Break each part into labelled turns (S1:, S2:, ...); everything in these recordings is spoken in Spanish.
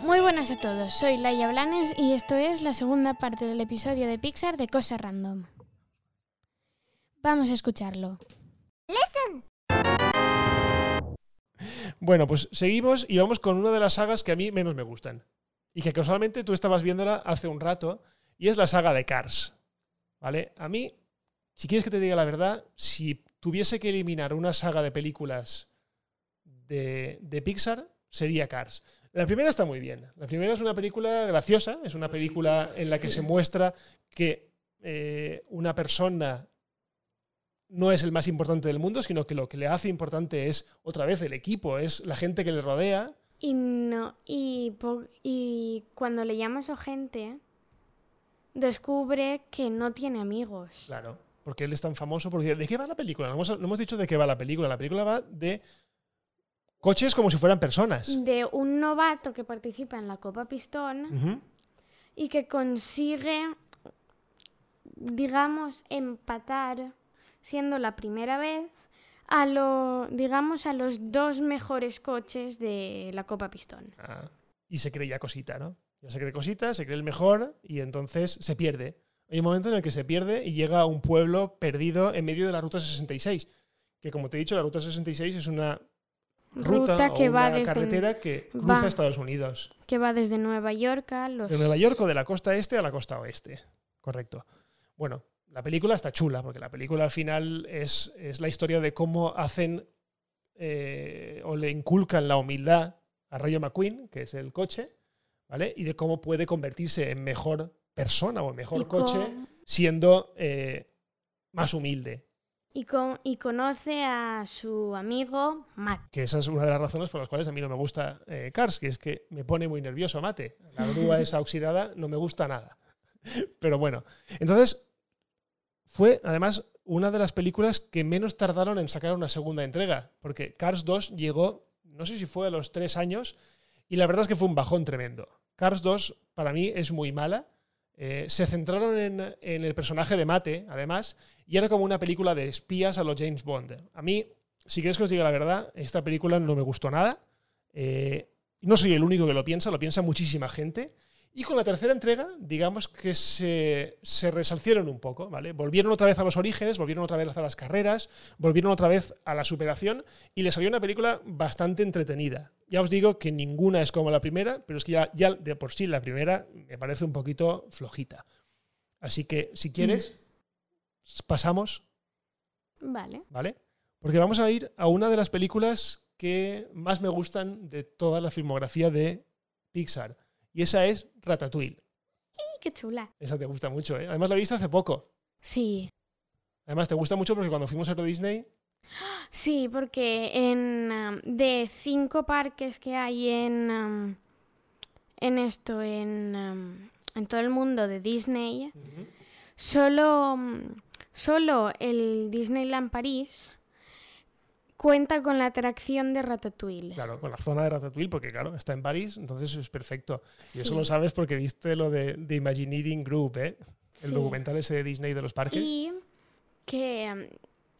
S1: Muy buenas a todos, soy Laia Blanes y esto es la segunda parte del episodio de Pixar de Cosa Random. Vamos a escucharlo.
S2: Bueno, pues seguimos y vamos con una de las sagas que a mí menos me gustan. Y que casualmente tú estabas viéndola hace un rato, y es la saga de Cars. ¿Vale? A mí, si quieres que te diga la verdad, si tuviese que eliminar una saga de películas de, de Pixar, sería Cars. La primera está muy bien. La primera es una película graciosa, es una película en la que se muestra que eh, una persona no es el más importante del mundo, sino que lo que le hace importante es otra vez el equipo, es la gente que le rodea.
S1: Y no, y, po- y cuando le llamas a gente, descubre que no tiene amigos.
S2: Claro. Porque él es tan famoso. Porque, ¿De qué va la película? No hemos, no hemos dicho de qué va la película. La película va de coches como si fueran personas.
S1: De un novato que participa en la Copa Pistón
S2: Ujú.
S1: y que consigue, digamos, empatar, siendo la primera vez, a lo, digamos, a los dos mejores coches de la Copa Pistón.
S2: Ah, Y se cree ya cosita, ¿no? Ya se cree cosita, se cree el mejor y entonces se pierde. Hay un momento en el que se pierde y llega a un pueblo perdido en medio de la Ruta 66. Que como te he dicho, la Ruta 66 es una ruta, o
S1: que va,
S2: una
S1: desde,
S2: carretera que cruza
S1: va.
S2: Estados Unidos.
S1: que va desde Nueva York a los...
S2: De Nueva York o de la costa este a la costa oeste. Correcto. Bueno, la película está chula, porque la película al final es, es la historia de cómo hacen eh, o le inculcan la humildad a Rayo McQueen, que es el coche, ¿vale? Y de cómo puede convertirse en mejor persona o en mejor
S1: y
S2: coche
S1: con-
S2: siendo eh, más humilde.
S1: Y, con- y conoce a su amigo Matt.
S2: Que esa es una de las razones por las cuales a mí no me gusta eh, Cars, que es que me pone muy nervioso, mate. La grúa esa oxidada no me gusta nada. Pero bueno, entonces fue además una de las películas que menos tardaron en sacar una segunda entrega, porque Cars 2 llegó, no sé si fue a los tres años, y la verdad es que fue un bajón tremendo. Cars 2 para mí es muy mala. Eh, se centraron en, en el personaje de Mate, además, y era como una película de espías a los James Bond. A mí, si quieres que os diga la verdad, esta película no me gustó nada. Eh, no soy el único que lo piensa, lo piensa muchísima gente. Y con la tercera entrega, digamos que se, se resalcieron un poco, ¿vale? Volvieron otra vez a los orígenes, volvieron otra vez a las carreras, volvieron otra vez a la superación y le salió una película bastante entretenida. Ya os digo que ninguna es como la primera, pero es que ya, ya de por sí la primera me parece un poquito flojita. Así que, si quieres, pasamos
S1: Vale.
S2: ¿vale? Porque vamos a ir a una de las películas que más me gustan de toda la filmografía de Pixar. Y esa es Ratatouille.
S1: ¡Ay, qué chula!
S2: Esa te gusta mucho, ¿eh? Además la viste hace poco.
S1: Sí. Además,
S2: Además te gusta mucho porque cuando fuimos a Euro Disney,
S1: Sí, porque en am, de cinco parques que hay en am, en esto en am, en todo el mundo de Disney, solo mm, solo el Disneyland París cuenta con la atracción de Ratatouille.
S2: claro, con la zona de Ratatouille, porque claro, está en París, entonces es perfecto. Y eso
S1: Sí.
S2: lo sabes porque viste lo de, de Imagineering Group, ¿eh? El
S1: Sí.
S2: documental ese de Disney de los parques.
S1: Y que am,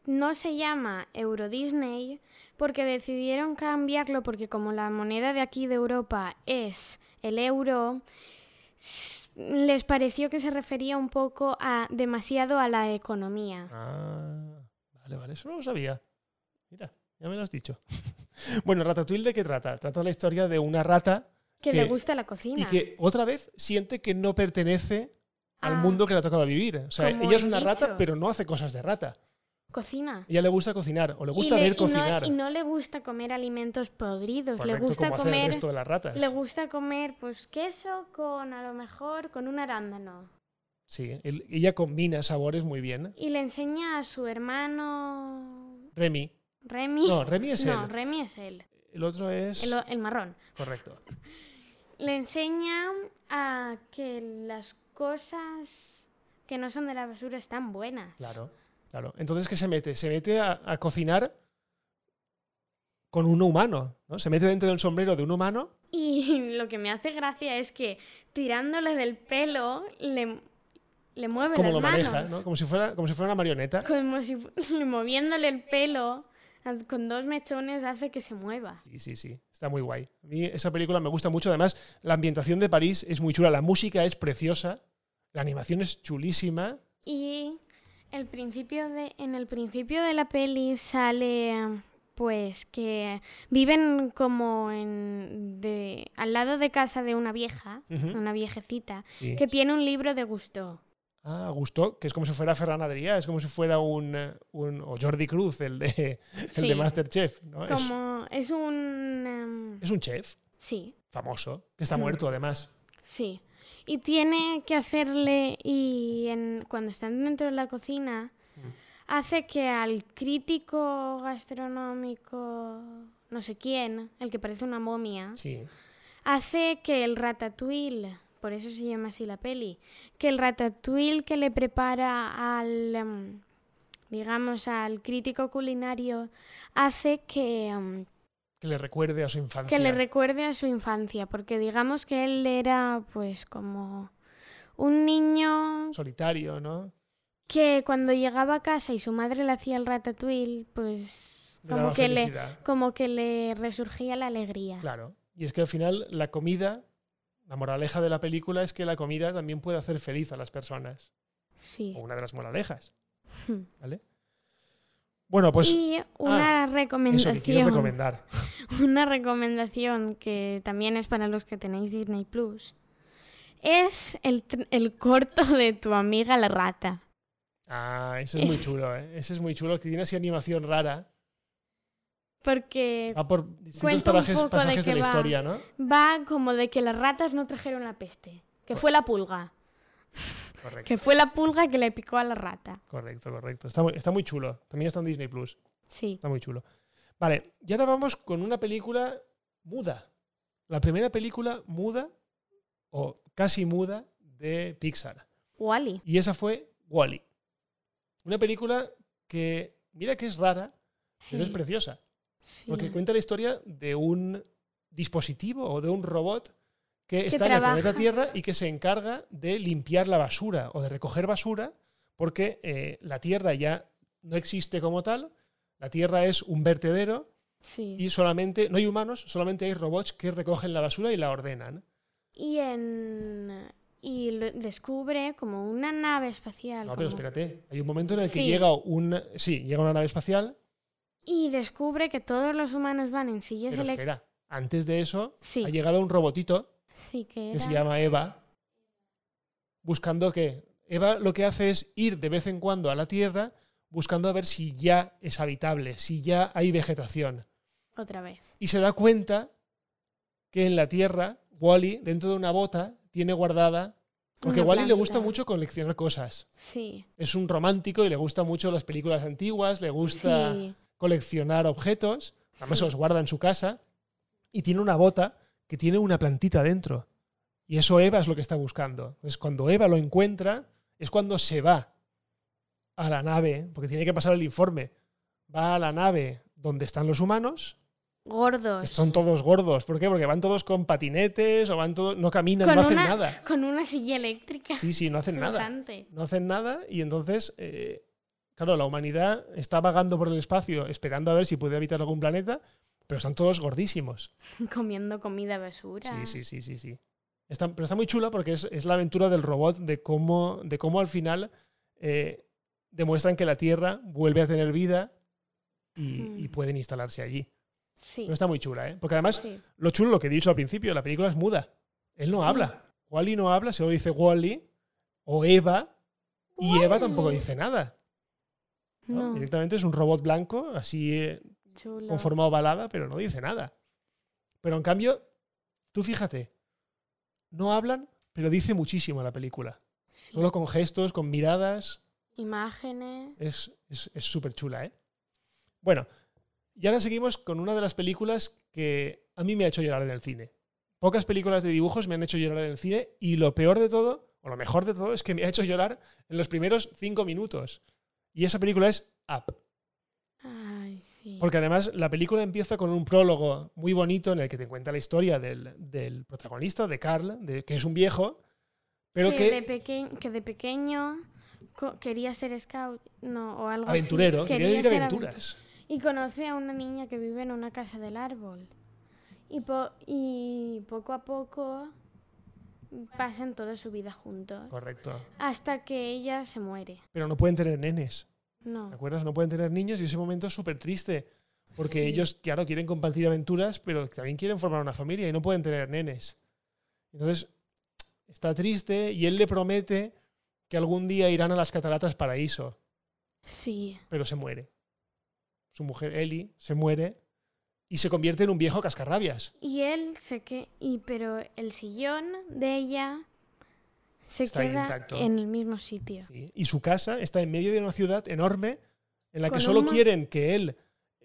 S1: no se llama Euro Disney porque decidieron cambiarlo porque como la moneda de aquí de Europa es el euro, s- les pareció que se refería un poco a demasiado a la economía.
S2: Ah, vale, vale, eso no lo sabía. Mira, ya me lo has dicho. bueno, Ratatouille, ¿de qué trata? Trata la historia de una rata
S1: Que, le
S2: que-
S1: gusta la
S2: y
S1: cocina.
S2: que otra vez siente que no pertenece al
S1: Ah,
S2: mundo que le ha tocado vivir. O sea,
S1: como
S2: ella es
S1: he
S2: una rata,
S1: dicho.
S2: pero no hace cosas de rata.
S1: Cocina.
S2: Ella le gusta cocinar, o le
S1: Y
S2: gusta
S1: le-
S2: ver
S1: y no-
S2: cocinar.
S1: y no le gusta comer alimentos podridos,
S2: correcto,
S1: le gusta
S2: como hace el
S1: comer
S2: resto de las ratas.
S1: le gusta comer pues queso con a lo mejor con un arándano.
S2: Sí, él- ella combina sabores muy bien.
S1: Y le enseña a su hermano
S2: Remy.
S1: Remy.
S2: No, Remy es
S1: No,
S2: él.
S1: Remy es él,
S2: El otro es.
S1: el, o- el marrón.
S2: Correcto.
S1: Le enseña a que las cosas que no son de la basura están buenas.
S2: Claro, claro. Entonces, ¿qué se mete? Se mete a, a cocinar con un humano, ¿no? Se mete dentro del sombrero de un humano.
S1: Y lo que me hace gracia es que tirándole del pelo le, le mueve
S2: Como
S1: las
S2: lo
S1: manos.
S2: maneja, ¿no? Como si fuera, como si fuera una marioneta.
S1: Como si fu- moviéndole el pelo con dos mechones hace que se mueva.
S2: Sí, sí, sí. Está muy guay. A mí esa película me gusta mucho. Además, la ambientación de París es muy chula. La música es preciosa. La animación es chulísima.
S1: Y el principio de, en el principio de la peli sale pues que viven como en de, al lado de casa de una vieja,
S2: Ujú.
S1: una viejecita,
S2: Mm, Sí.
S1: que tiene un libro de gusto.
S2: Ah, Gusto, que es como si fuera Ferran Adrià, es como si fuera un, eh, un- o Jordi Cruz, el de, el
S1: Sí.
S2: de Masterchef. ¿no? Es,
S1: Como es un em,
S2: es un chef
S1: sí,
S2: famoso, que está
S1: Mm.
S2: muerto además.
S1: sí. Y tiene que hacerle y en- cuando están dentro de la cocina
S2: Mm.
S1: hace que al crítico gastronómico no sé quién, el que parece una momia,
S2: Sí.
S1: hace que el ratatouille, por eso se llama así la peli, que el ratatouille que le prepara al, em, digamos, al crítico culinario, hace que, em,
S2: Que le recuerde a su infancia.
S1: que le recuerde a su infancia, porque digamos que él era pues como un niño
S2: Solitario, ¿no?
S1: que cuando llegaba a casa y su madre le hacía el ratatouille, pues
S2: Le
S1: como
S2: daba
S1: que le,
S2: felicidad.
S1: como que le resurgía la alegría.
S2: Claro. Y es que al final la comida, la moraleja de la película es que la comida también puede hacer feliz a las personas.
S1: Sí.
S2: O una de las moralejas.
S1: Hmm.
S2: ¿Vale? Bueno, pues
S1: y una
S2: eso que
S1: recomendación.
S2: quiero recomendar.
S1: Una recomendación que también es para los que tenéis Disney Plus es el, tr- el corto de tu amiga la rata.
S2: Ah, ese es muy chulo, ¿eh? Ese es muy chulo, que tiene así animación rara.
S1: Porque
S2: Va por distintos
S1: Cuenta un
S2: parajes-
S1: poco de
S2: pasajes de,
S1: qué
S2: la
S1: va.
S2: historia, ¿no?
S1: va como de que las ratas no trajeron la peste, que fue la pulga,
S2: Correcto,
S1: que fue la pulga que le picó a la rata.
S2: correcto, correcto. Está muy, está muy chulo. También está en Disney Plus.
S1: Sí,
S2: Está muy chulo. Vale, y ahora vamos con una película muda. La primera película muda o casi muda de Pixar.
S1: Wally.
S2: Y esa fue Wally. Una película que, mira que es rara, pero es preciosa.
S1: Sí.
S2: Porque cuenta la historia de un dispositivo o de un robot que, está en
S1: trabaja.
S2: el planeta Tierra y que se encarga de limpiar la basura o de recoger basura porque eh, la Tierra ya no existe como tal. La Tierra es un vertedero
S1: Sí.
S2: y solamente, no hay humanos, solamente hay robots que recogen la basura y la ordenan.
S1: Y en y lo- descubre como una nave espacial.
S2: No, pero
S1: como-
S2: espérate, hay un momento en el que
S1: Sí.
S2: llega un, sí, llega una nave espacial,
S1: Y descubre que todos los humanos van en sillas
S2: pero
S1: eléctricas.
S2: espera, antes de eso
S1: Sí,
S2: ha llegado un robotito
S1: sí que
S2: que se
S1: era-
S2: llama Eva, buscando que Eva lo que hace es ir de vez en cuando a la Tierra buscando a ver si ya es habitable, si ya hay vegetación.
S1: otra vez.
S2: Y se da cuenta que en la Tierra Wally, dentro de una bota, tiene guardada... Porque
S1: Una
S2: Wally le gusta
S1: planta.
S2: mucho coleccionar cosas.
S1: Sí.
S2: Es un romántico y le gusta mucho las películas antiguas, le gusta
S1: sí,
S2: coleccionar objetos, además
S1: Sí.
S2: se los guarda en su casa, y tiene una bota que tiene una plantita dentro. Y eso Eva es lo que está buscando. Es cuando Eva lo encuentra, es cuando se va a la nave, porque tiene que pasar el informe. Va a la nave donde están los humanos, que
S1: Gordos.
S2: son todos gordos. ¿Por qué? Porque van todos con patinetes o van todos. No caminan,
S1: Con
S2: no hacen
S1: una-
S2: nada.
S1: Con una silla eléctrica.
S2: Sí, sí, no hacen nada
S1: flotante.
S2: no hacen nada y entonces, eh, claro, la humanidad está vagando por el espacio esperando a ver si puede habitar algún planeta, pero están todos gordísimos.
S1: Comiendo comida basura.
S2: Sí, sí, sí, sí, sí. Está- pero está muy chula porque es, es la aventura del robot, de cómo, de cómo al final eh, demuestran que la Tierra vuelve a tener vida y,
S1: Mm.
S2: y pueden instalarse allí.
S1: Sí,
S2: Pero está muy chula, ¿eh? Porque además,
S1: sí.
S2: lo chulo, lo que he dicho al principio, la película es muda. Él no
S1: Sí.
S2: habla. Wally no habla, solo dice Wally o Eva. Y Eva tampoco
S1: Wall-E.
S2: dice nada. ¿no?
S1: No,
S2: Directamente es un robot blanco, así eh,
S1: chulo.
S2: con forma ovalada, pero no dice nada. Pero en cambio, tú fíjate, no hablan, pero dice muchísimo la película.
S1: Sí.
S2: Solo con gestos, con miradas,
S1: Imágenes.
S2: es es- es súper chula, ¿eh? Bueno, y ahora seguimos con una de las películas que a mí me ha hecho llorar en el cine. Pocas películas de dibujos me han hecho llorar en el cine y lo peor de todo, o lo mejor de todo, es que me ha hecho llorar en los primeros cinco minutos. Y esa película es Up.
S1: Ay, sí.
S2: Porque además la película empieza con un prólogo muy bonito en el que te cuenta la historia del, del protagonista, de Carl, de, que es un viejo, pero
S1: que, de
S2: que
S1: peque- que de pequeño co- quería ser scout. No, o algo así.
S2: aventurero, quería ir a
S1: ser
S2: aventuras.
S1: aventu- Y conoce a una niña que vive en una casa del árbol. Y, po- y poco a poco pasan toda su vida juntos.
S2: Correcto.
S1: Hasta que ella se muere.
S2: Pero no pueden tener nenes,
S1: No.
S2: ¿te acuerdas? No pueden tener niños y ese momento es súper triste. Porque
S1: Sí.
S2: ellos, claro, quieren compartir aventuras, pero también quieren formar una familia y no pueden tener nenes. Entonces, está triste y él le promete que algún día irán a las cataratas paraíso,
S1: Sí.
S2: pero se muere. Su mujer, Ellie, se muere y se convierte en un viejo cascarrabias.
S1: Y él se que y pero el sillón de ella se
S2: Está
S1: queda
S2: intacto.
S1: en el mismo sitio.
S2: Sí, Y su casa está en medio de una ciudad enorme en la que
S1: Con
S2: solo
S1: un mon-
S2: quieren que él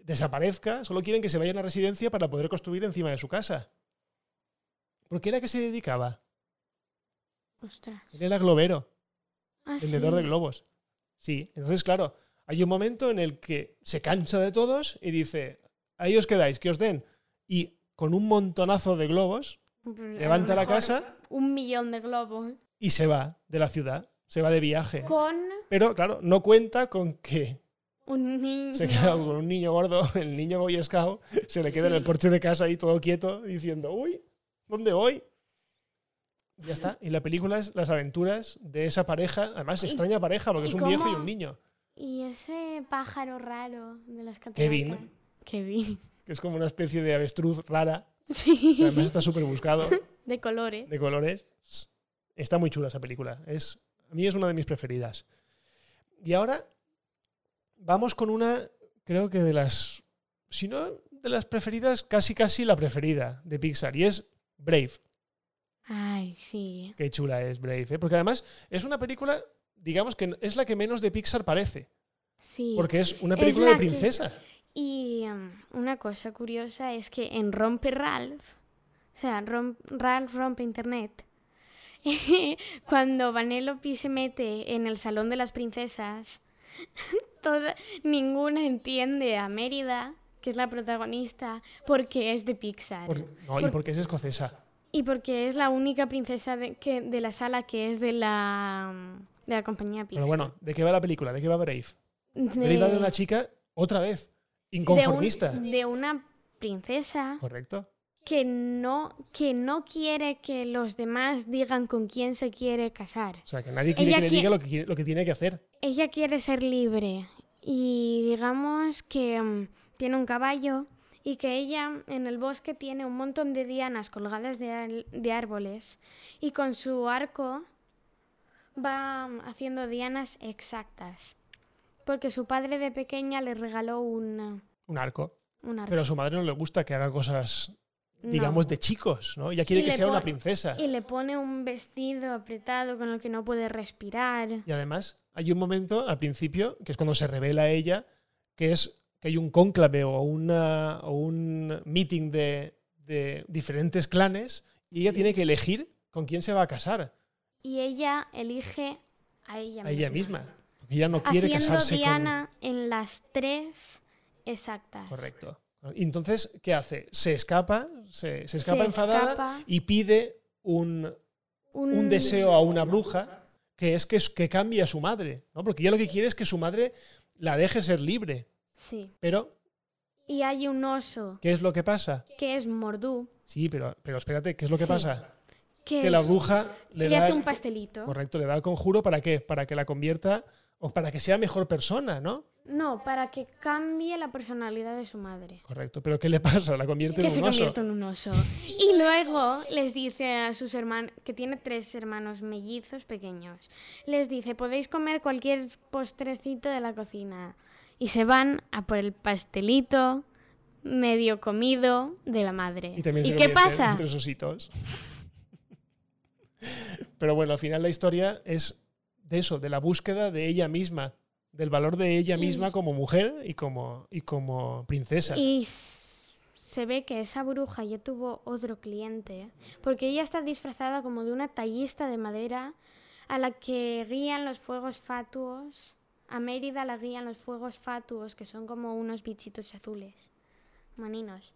S2: desaparezca, solo quieren que se vaya a una residencia para poder construir encima de su casa. Porque era que se dedicaba.
S1: Ostras.
S2: Él era globero,
S1: Ah,
S2: vendedor
S1: sí.
S2: de globos. Sí, entonces, claro, hay un momento en el que se cansa de todos y dice: Ahí os quedáis, que os den. Y con un montonazo de globos,
S1: Pues, a
S2: levanta
S1: lo
S2: la
S1: mejor
S2: casa
S1: Un millón de globos.
S2: y se va de la ciudad, se va de viaje.
S1: Con
S2: Pero, claro, no cuenta con que
S1: un niño.
S2: se queda con un niño gordo, el niño boy scout, se le queda en el
S1: Sí.
S2: porche de casa ahí todo quieto, diciendo, uy, ¿dónde voy? Y Ya está. Y la película es las aventuras de esa pareja, además
S1: ¿Y-
S2: extraña pareja, porque
S1: y
S2: es un viejo y
S1: cómo?
S2: un niño,
S1: Y ese pájaro raro de las cataratas.
S2: Kevin.
S1: Kevin.
S2: que es como una especie de avestruz rara, que
S1: Sí.
S2: además está súper buscado,
S1: De colores.
S2: de colores. Está muy chula esa película. Es, a mí es una de mis preferidas. Y ahora vamos con una, creo que de las, si no de las preferidas, casi casi la preferida de Pixar, y es Brave.
S1: Ay, sí.
S2: Qué chula es Brave, ¿eh? porque además es una película, digamos que es la que menos de Pixar parece,
S1: Sí.
S2: porque es una
S1: Es
S2: película
S1: la
S2: de
S1: que-
S2: princesa.
S1: Y um, una cosa curiosa es que en Rompe Ralph, o sea, Rom- Ralph rompe Internet, cuando Vanellope se mete en el Salón de las Princesas, toda, ninguna entiende a Mérida, que es la protagonista, porque es de Pixar.
S2: Por- no, y
S1: Por-
S2: porque es escocesa.
S1: Y porque es la única princesa de, que, de la sala que es de la, um, de la compañía Pixar.
S2: Pero bueno, ¿de qué va la película? ¿De qué va Brave?
S1: de,
S2: Brave va de una chica, otra vez,
S1: de un-
S2: inconformista.
S1: de una princesa.
S2: ¿Correcto?
S1: que no, que no quiere que los demás digan con quién se quiere casar.
S2: O sea, que nadie quiere
S1: Ella
S2: que le
S1: qui-
S2: diga lo que, quiere- lo que tiene que hacer.
S1: Ella quiere ser libre y digamos que mm, tiene un caballo y que ella en el bosque tiene un montón de dianas colgadas de, al- de árboles y con su arco va mm, haciendo dianas exactas. Porque su padre de pequeña le regaló un,
S2: Un arco.
S1: un arco.
S2: Pero a su madre no le gusta que haga cosas,
S1: No.
S2: digamos, de chicos, ¿no? Ella quiere
S1: Y
S2: que
S1: le
S2: sea una
S1: pon-
S2: princesa.
S1: Y le pone un vestido apretado con el que no puede respirar.
S2: Y además, hay un momento al principio, que es cuando se revela a ella, que es que hay un cónclave o, una, o un meeting de, de diferentes clanes y ella tiene que elegir con quién se va a casar,
S1: y ella elige a ella
S2: a
S1: misma.
S2: ella misma. Porque ella no quiere
S1: Haciendo
S2: casarse
S1: Diana en las tres exactas.
S2: con... Correcto. Y entonces, ¿qué hace? Se escapa, se, se escapa
S1: Se
S2: enfadada
S1: escapa.
S2: y pide un, un deseo a una bruja que es que, es- que cambie a su madre, ¿no? Porque ella lo que quiere es que su madre la deje ser libre.
S1: Sí.
S2: Pero,
S1: Y hay un oso
S2: ¿qué es lo que pasa?
S1: que es Mordú,
S2: Sí, pero, pero espérate, ¿qué es lo que
S1: Sí.
S2: pasa?
S1: que,
S2: Que la
S1: es-
S2: bruja le,
S1: le
S2: da.
S1: hace un pastelito.
S2: correcto, le da el conjuro para qué? Para que la convierta o para que sea mejor persona, ¿no?
S1: No, para que cambie la personalidad de su madre.
S2: Correcto, pero ¿qué le pasa? La convierte
S1: Que
S2: en
S1: se
S2: un oso.
S1: convierte en un oso. Y luego les dice a sus hermanos, que tiene tres hermanos mellizos pequeños, les dice, podéis comer cualquier postrecito de la cocina. Y se van a por el pastelito medio comido de la madre.
S2: Y también se
S1: qué
S2: convierte en
S1: pasa?
S2: tres ositos. pero bueno, al final la historia es de eso, de la búsqueda de ella misma, del valor de ella misma como mujer y como, y como princesa.
S1: Y s- se ve que esa bruja ya tuvo otro cliente, porque ella está disfrazada como de una tallista de madera a la que guían los fuegos fatuos. A Mérida la guían los fuegos fatuos, que son como unos bichitos azules, maninos.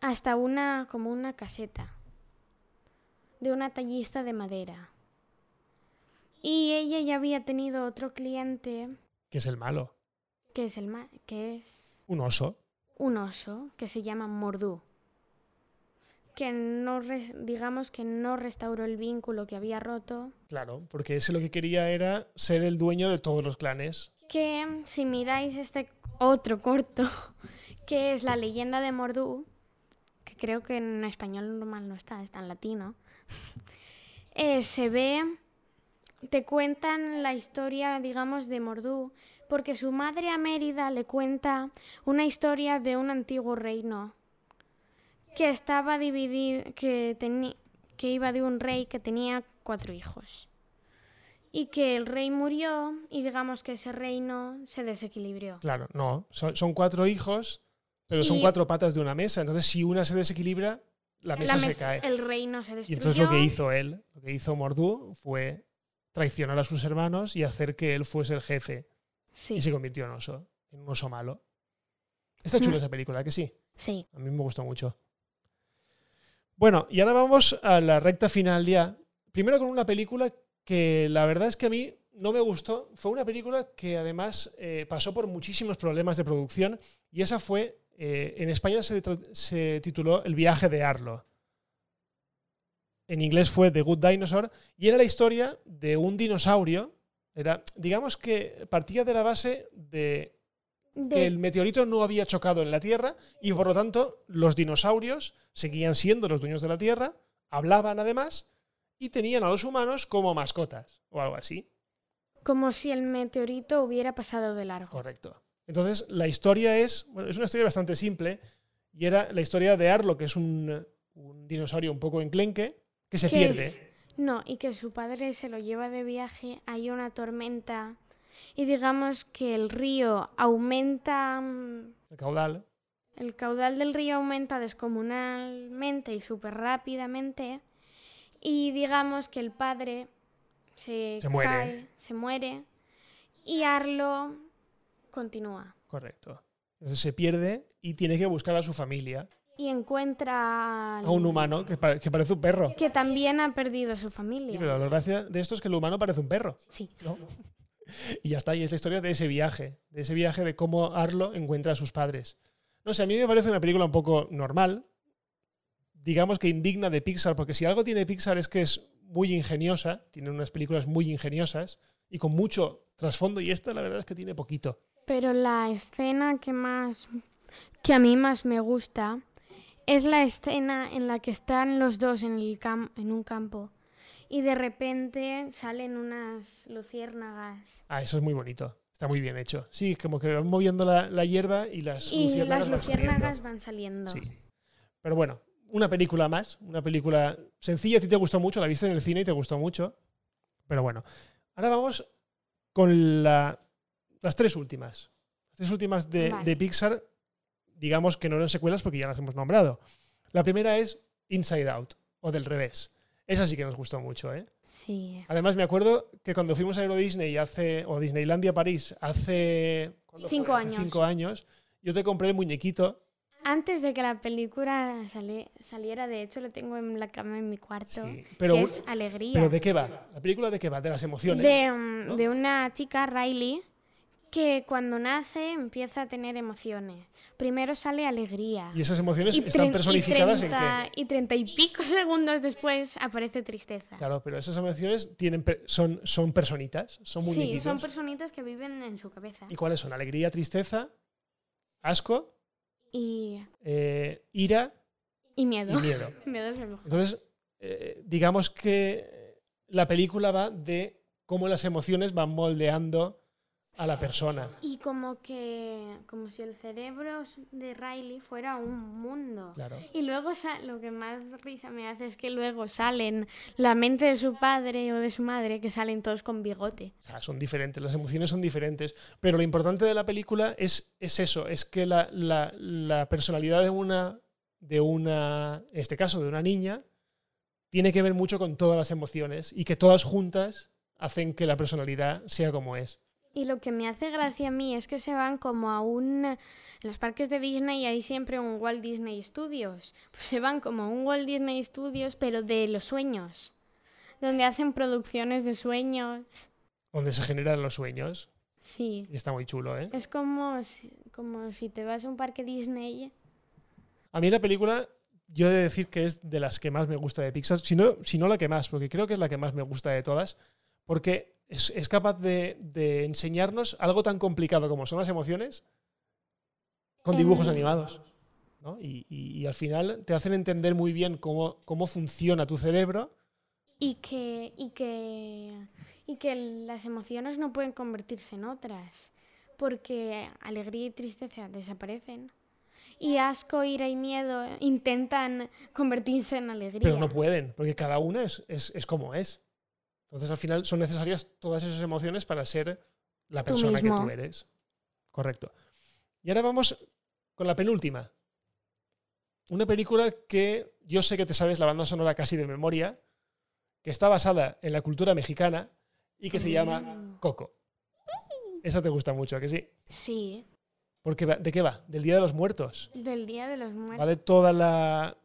S1: Hasta una, como una caseta de una tallista de madera. Y ella ya había tenido otro cliente
S2: que es el malo.
S1: que es, el ma- que es
S2: Un oso.
S1: un oso que se llama Mordú. Que no, res- digamos que no restauró el vínculo que había roto.
S2: Claro, porque ese lo que quería era ser el dueño de todos los clanes.
S1: Que si miráis este otro corto, que es La leyenda de Mordú, que creo que en español normal no está, está en latino, eh, se ve, te cuentan la historia, digamos, de Mordú, porque su madre Amérida le cuenta una historia de un antiguo reino que estaba dividido, que, teni- que iba de un rey que tenía cuatro hijos y que el rey murió y digamos que ese reino se desequilibró.
S2: Claro, no. Son, son cuatro hijos, pero son
S1: Y-
S2: cuatro patas de una mesa. Entonces, si una se desequilibra, la mesa
S1: La
S2: se
S1: mesa-
S2: cae.
S1: El reino se
S2: Y
S1: destruyó.
S2: entonces lo que hizo él, lo que hizo Mordú, fue traicionar a sus hermanos y hacer que él fuese el jefe.
S1: Sí,
S2: Y se convirtió en oso, en un oso malo. Está chula
S1: Mm.
S2: esa película, que sí.
S1: sí.
S2: A mí me gustó mucho. Bueno, y ahora vamos a la recta final ya. Primero con una película que la verdad es que a mí no me gustó. Fue una película que además eh, pasó por muchísimos problemas de producción y esa fue, eh, en España se, tra- se tituló El viaje de Arlo. En inglés fue The Good Dinosaur y era la historia de un dinosaurio. Era, digamos que partía de la base de que
S1: De-
S2: el meteorito no había chocado en la Tierra y por lo tanto los dinosaurios seguían siendo los dueños de la Tierra, hablaban además y tenían a los humanos como mascotas o algo así.
S1: Como si el meteorito hubiera pasado de largo.
S2: Correcto. Entonces la historia es, bueno, es una historia bastante simple y era la historia de Arlo, que es un, un dinosaurio un poco enclenque, que se
S1: ¿Qué
S2: pierde.
S1: es? No, y que su padre se lo lleva de viaje, hay una tormenta y digamos que el río aumenta, mm,
S2: El caudal.
S1: el caudal del río aumenta descomunalmente y súper rápidamente y digamos que el padre se,
S2: Se muere.
S1: cae, se muere y Arlo continúa
S2: Correcto. Entonces se pierde y tiene que buscar a su familia,
S1: y encuentra al-
S2: a un humano que, pa- que parece un perro.
S1: que también ha perdido su
S2: Sí,
S1: familia.
S2: pero la gracia de esto es que el humano parece un perro.
S1: Sí.
S2: ¿no? Y ya está, y es la historia de ese viaje, de ese viaje de cómo Arlo encuentra a sus padres. No sé, a mí me parece una película un poco normal, digamos que indigna de Pixar, porque si algo tiene Pixar es que es muy ingeniosa, tiene unas películas muy ingeniosas y con mucho trasfondo, y esta la verdad es que tiene poquito.
S1: Pero la escena que más que a mí más me gusta es la escena en la que están los dos en el cam- en un campo y de repente salen unas luciérnagas
S2: Ah, eso es muy bonito, está muy bien hecho. Sí, como que van moviendo la, la hierba y las
S1: y
S2: luciérnagas
S1: las
S2: van saliendo.
S1: luciérnagas van saliendo.
S2: Sí. Pero bueno, una película más, una película sencilla, a ti te gustó mucho, la viste en el cine y te gustó mucho. Pero bueno, ahora vamos con la- las tres últimas. Las tres últimas de,
S1: Vale.
S2: de Pixar, digamos que no eran secuelas porque ya las hemos nombrado. La primera es Inside Out, o del revés. Esa sí que nos gustó mucho, ¿eh?
S1: Sí.
S2: Además, me acuerdo que cuando fuimos a Euro Disney hace, o Disneylandia París hace ¿cuándo fue?
S1: Cinco
S2: Hace
S1: años.
S2: cinco años, yo te compré el muñequito
S1: Antes de que la película sale- saliera, de hecho lo tengo en la cama en mi cuarto,
S2: Sí, pero,
S1: que es alegría.
S2: pero ¿de qué va? ¿La película de qué va? De las emociones.
S1: de, um,
S2: ¿no?
S1: de una chica, Riley, que cuando nace empieza a tener emociones. Primero sale alegría.
S2: Y esas emociones
S1: tren-
S2: están personificadas en qué.
S1: 30 Y treinta y pico segundos después aparece tristeza.
S2: Claro, pero esas emociones tienen per- son, son personitas, son
S1: sí,
S2: muñequitos.
S1: son personitas que viven en su cabeza.
S2: ¿Y cuáles son? Alegría, tristeza, asco,
S1: Y,
S2: eh, ira
S1: y
S2: y
S1: miedo.
S2: miedo.
S1: Miedo es lo mejor.
S2: Entonces, eh, digamos que la película va de cómo las emociones van moldeando a la persona.
S1: Y como que. como si el cerebro de Riley fuera un mundo.
S2: Claro.
S1: Y luego sa- lo que más risa me hace es que luego salen la mente de su padre o de su madre, que salen todos con bigote.
S2: O sea, son diferentes, las emociones son diferentes. Pero lo importante de la película es, es eso, es que la, la- la personalidad de una, de una, en este caso, de una niña, tiene que ver mucho con todas las emociones y que todas juntas hacen que la personalidad sea como es.
S1: Y lo que me hace gracia a mí es que se van como a un... En los parques de Disney hay siempre un Walt Disney Studios. Pues se van como a un Walt Disney Studios, pero de los sueños. Donde hacen producciones de sueños.
S2: Donde se generan los sueños.
S1: Sí.
S2: Y está muy chulo, ¿eh?
S1: Es como si, como si te vas a un parque Disney.
S2: A mí la película, yo he de decir que es de las que más me gusta de Pixar, si no, si no la que más, porque creo que es la que más me gusta de todas, porque es, es capaz de, de enseñarnos algo tan complicado como son las emociones con dibujos
S1: Em.
S2: animados. ¿no? Y, y- y al final te hacen entender muy bien cómo, cómo funciona tu cerebro.
S1: Y que, y que, y que las emociones no pueden convertirse en otras, porque alegría y tristeza desaparecen. Y asco, ira y miedo intentan convertirse en alegría.
S2: Pero no pueden, porque cada una es, es- es como es. Entonces, al final, son necesarias todas esas emociones para ser la
S1: Tú
S2: persona que
S1: mismo.
S2: tú eres. Correcto. Y ahora vamos con la penúltima. Una película que yo sé que te sabes la banda sonora casi de memoria, que está basada en la cultura mexicana y que se llama
S1: Mm.
S2: Coco. Esa te gusta mucho, ¿a que sí?
S1: Sí,
S2: Porque va- ¿de qué va? Del Día de los Muertos.
S1: del Día de los Muertos.
S2: va de toda la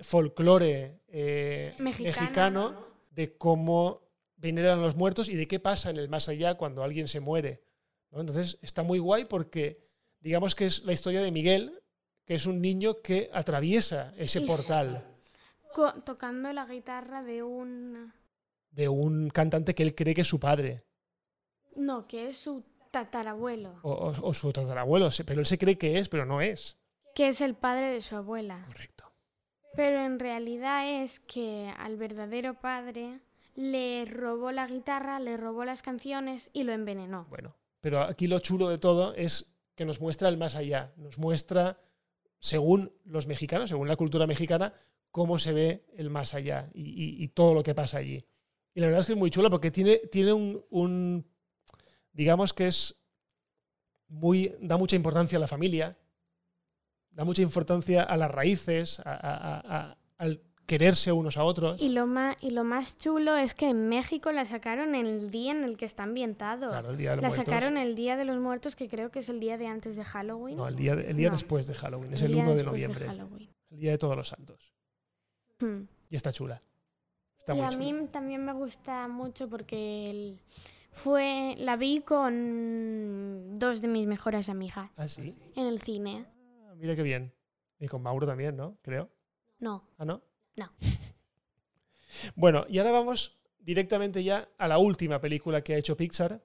S2: folclore eh,
S1: Mexicano.
S2: mexicano de cómo veneran a los muertos y de qué pasa en el más allá cuando alguien se muere. ¿no? Entonces está muy guay porque digamos que es la historia de Miguel, que es un niño que atraviesa ese
S1: Y-
S2: portal
S1: Co- tocando la guitarra de un...
S2: de un cantante que él cree que es su padre
S1: No, que es su tatarabuelo,
S2: o, o- o su tatarabuelo, se- pero él se cree que es, pero no es.
S1: que es el padre de su abuela.
S2: Correcto.
S1: Pero en realidad es que al verdadero padre le robó la guitarra, le robó las canciones y lo envenenó.
S2: Bueno, pero aquí lo chulo de todo es que nos muestra el más allá, nos muestra, según los mexicanos, según la cultura mexicana, cómo se ve el más allá y, y- y todo lo que pasa allí. Y la verdad es que es muy chula porque tiene, tiene un, un- digamos que es muy, da mucha importancia a la familia, da mucha importancia a las raíces, a- a- a- a- al quererse unos a otros.
S1: Y lo, ma- y lo más chulo es que en México la sacaron el día en el que está ambientado.
S2: Claro, el día de los
S1: la
S2: Muertos.
S1: sacaron el Día de los Muertos, que creo que es el día de antes de Halloween.
S2: No, el día, de- el día
S1: No.
S2: después de Halloween, es
S1: El
S2: el,
S1: día
S2: 1 de
S1: después
S2: noviembre,
S1: Halloween.
S2: el día de todos los santos.
S1: Hmm.
S2: Y está chula. Está
S1: y
S2: muy
S1: a
S2: chula.
S1: mí también me gusta mucho porque el- fue la vi con dos de mis mejores amigas
S2: Ah, sí.
S1: en el cine.
S2: Ah, mira qué bien. Y con Mauro también, ¿no? Creo.
S1: No,
S2: ¿Ah, no?
S1: No.
S2: bueno, y ahora vamos directamente ya a la última película que ha hecho Pixar.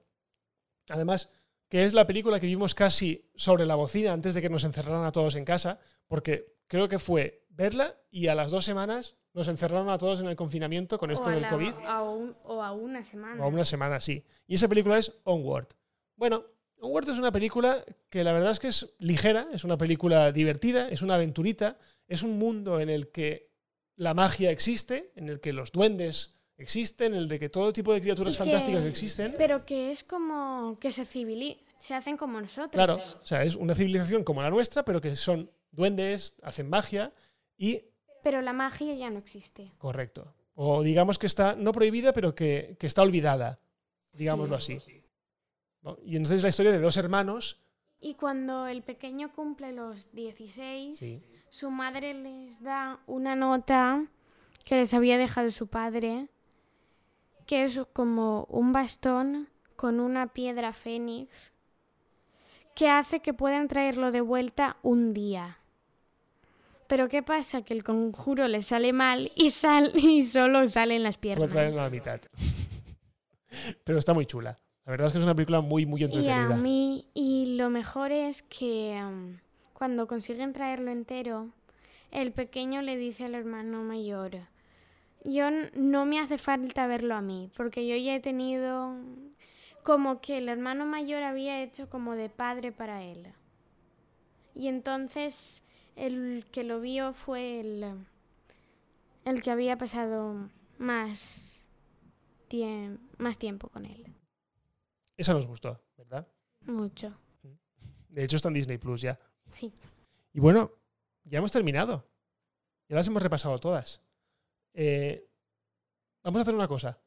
S2: Además, que es la película que vimos casi sobre la bocina antes de que nos encerraran a todos en casa, porque creo que fue verla y a las dos semanas nos encerraron a todos en el confinamiento con esto
S1: o, a
S2: del
S1: la-
S2: COVID.
S1: a un- o a una semana.
S2: O a una semana, sí. Y esa película es Onward. Bueno, Onward es una película que la verdad es que es ligera, es una película divertida, es una aventurita, es un mundo en el que la magia existe, en el que los duendes existen, en el de que todo tipo de criaturas
S1: Y que-
S2: fantásticas existen.
S1: Pero que es como que se civili- se hacen como nosotros.
S2: Claro, o sea, es una civilización como la nuestra, pero que son duendes, hacen magia y
S1: Pero la magia ya no existe.
S2: Correcto. O digamos que está no prohibida, pero que, que está olvidada, digámoslo así. ¿No? Y entonces es la historia de dos hermanos.
S1: Y cuando el pequeño cumple los 16, su madre les da una nota que les había dejado su padre, que es como un bastón con una piedra fénix, que hace que puedan traerlo de vuelta un día. Pero ¿qué pasa? Que el conjuro les sale mal y, sal y solo salen las
S2: Se lo traen a
S1: piernas.
S2: la mitad. pero está muy chula. La verdad es que es una película muy, muy
S1: Y a
S2: entretenida.
S1: mí, y lo mejor es que mm, cuando consiguen traerlo entero, el pequeño le dice al hermano mayor, yo n- no me hace falta verlo a mí, porque yo ya he tenido como que el hermano mayor había hecho como de padre para él. Y entonces el que lo vio fue el, el que había pasado más, tiem- más tiempo con él.
S2: Esa nos gustó, ¿verdad?
S1: Mucho.
S2: De hecho está en Disney Plus ya.
S1: Sí.
S2: Y bueno, ya hemos terminado. Ya las hemos repasado todas. Eh, vamos a hacer una cosa.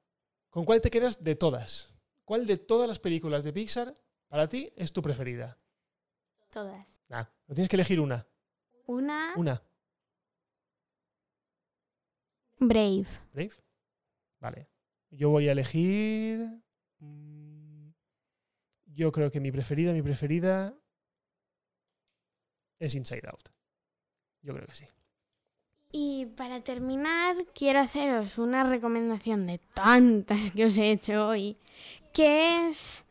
S2: ¿Con cuál te quedas de todas? ¿Cuál de todas las películas de Pixar para ti es tu preferida?
S1: Todas.
S2: Nah, no tienes que elegir una.
S1: Una.
S2: Una.
S1: Brave.
S2: Brave. Vale. Yo voy a elegir. mm, yo creo que mi preferida, mi preferida es Inside Out. Yo creo que sí.
S1: Y para terminar, quiero haceros una recomendación de tantas que os he hecho hoy, que es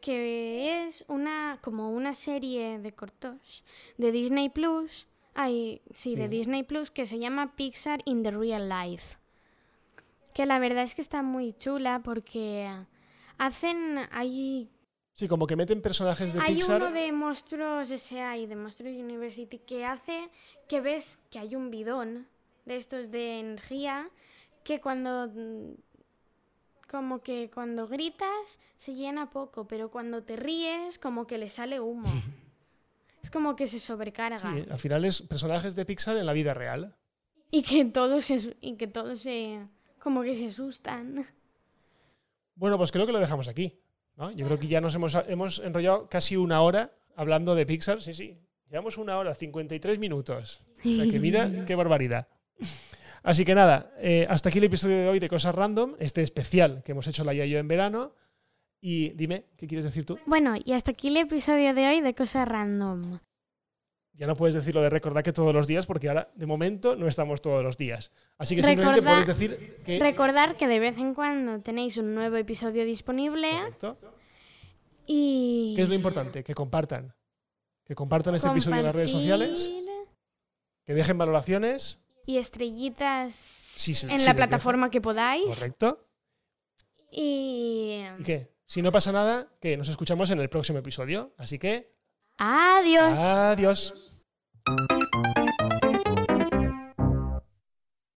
S1: que es una como una serie de cortos de Disney Plus, ay, sí,
S2: Sí.
S1: de Disney Plus que se llama Pixar in the Real Life. Que la verdad es que está muy chula porque hacen hay
S2: Sí, como que meten personajes de
S1: hay
S2: Pixar.
S1: uno de Monstruos S.A. y de Monstruos University que hace que ves que hay un bidón de estos de energía que cuando mm, como que cuando gritas se llena poco, pero cuando te ríes como que le sale humo. es como que se sobrecarga
S2: Sí, ¿eh? al final es personajes de Pixar en la vida real.
S1: y que todos se asu- y que todos se como que se asustan.
S2: Bueno, pues creo que lo dejamos aquí. ¿no? Yo creo que ya nos hemos, hemos enrollado casi una hora hablando de Pixar. Sí, sí. Llevamos una hora, 53 minutos. O sea que mira, qué barbaridad. Así que nada, eh, hasta aquí el episodio de hoy de Cosas Random, este especial que hemos hecho la y yo en verano. Y dime, ¿qué quieres decir tú?
S1: Bueno, y hasta aquí el episodio de hoy de Cosas Random.
S2: Ya no puedes decir lo de recordar que todos los días, porque ahora, de momento, no estamos todos los días. Así que simplemente
S1: Recordá-
S2: puedes decir que.
S1: Recordar que de vez en cuando tenéis un nuevo episodio disponible
S2: Correcto.
S1: y
S2: ¿Qué es lo importante? Que compartan. Que compartan este episodio en las redes sociales.
S1: compartir
S2: Que dejen valoraciones.
S1: y estrellitas
S2: se-
S1: en
S2: si
S1: la
S2: les
S1: plataforma que podáis
S2: Correcto.
S1: y
S2: ¿Y qué? Si no pasa nada, que nos escuchamos en el próximo episodio. Así que,
S1: adiós.
S2: adiós.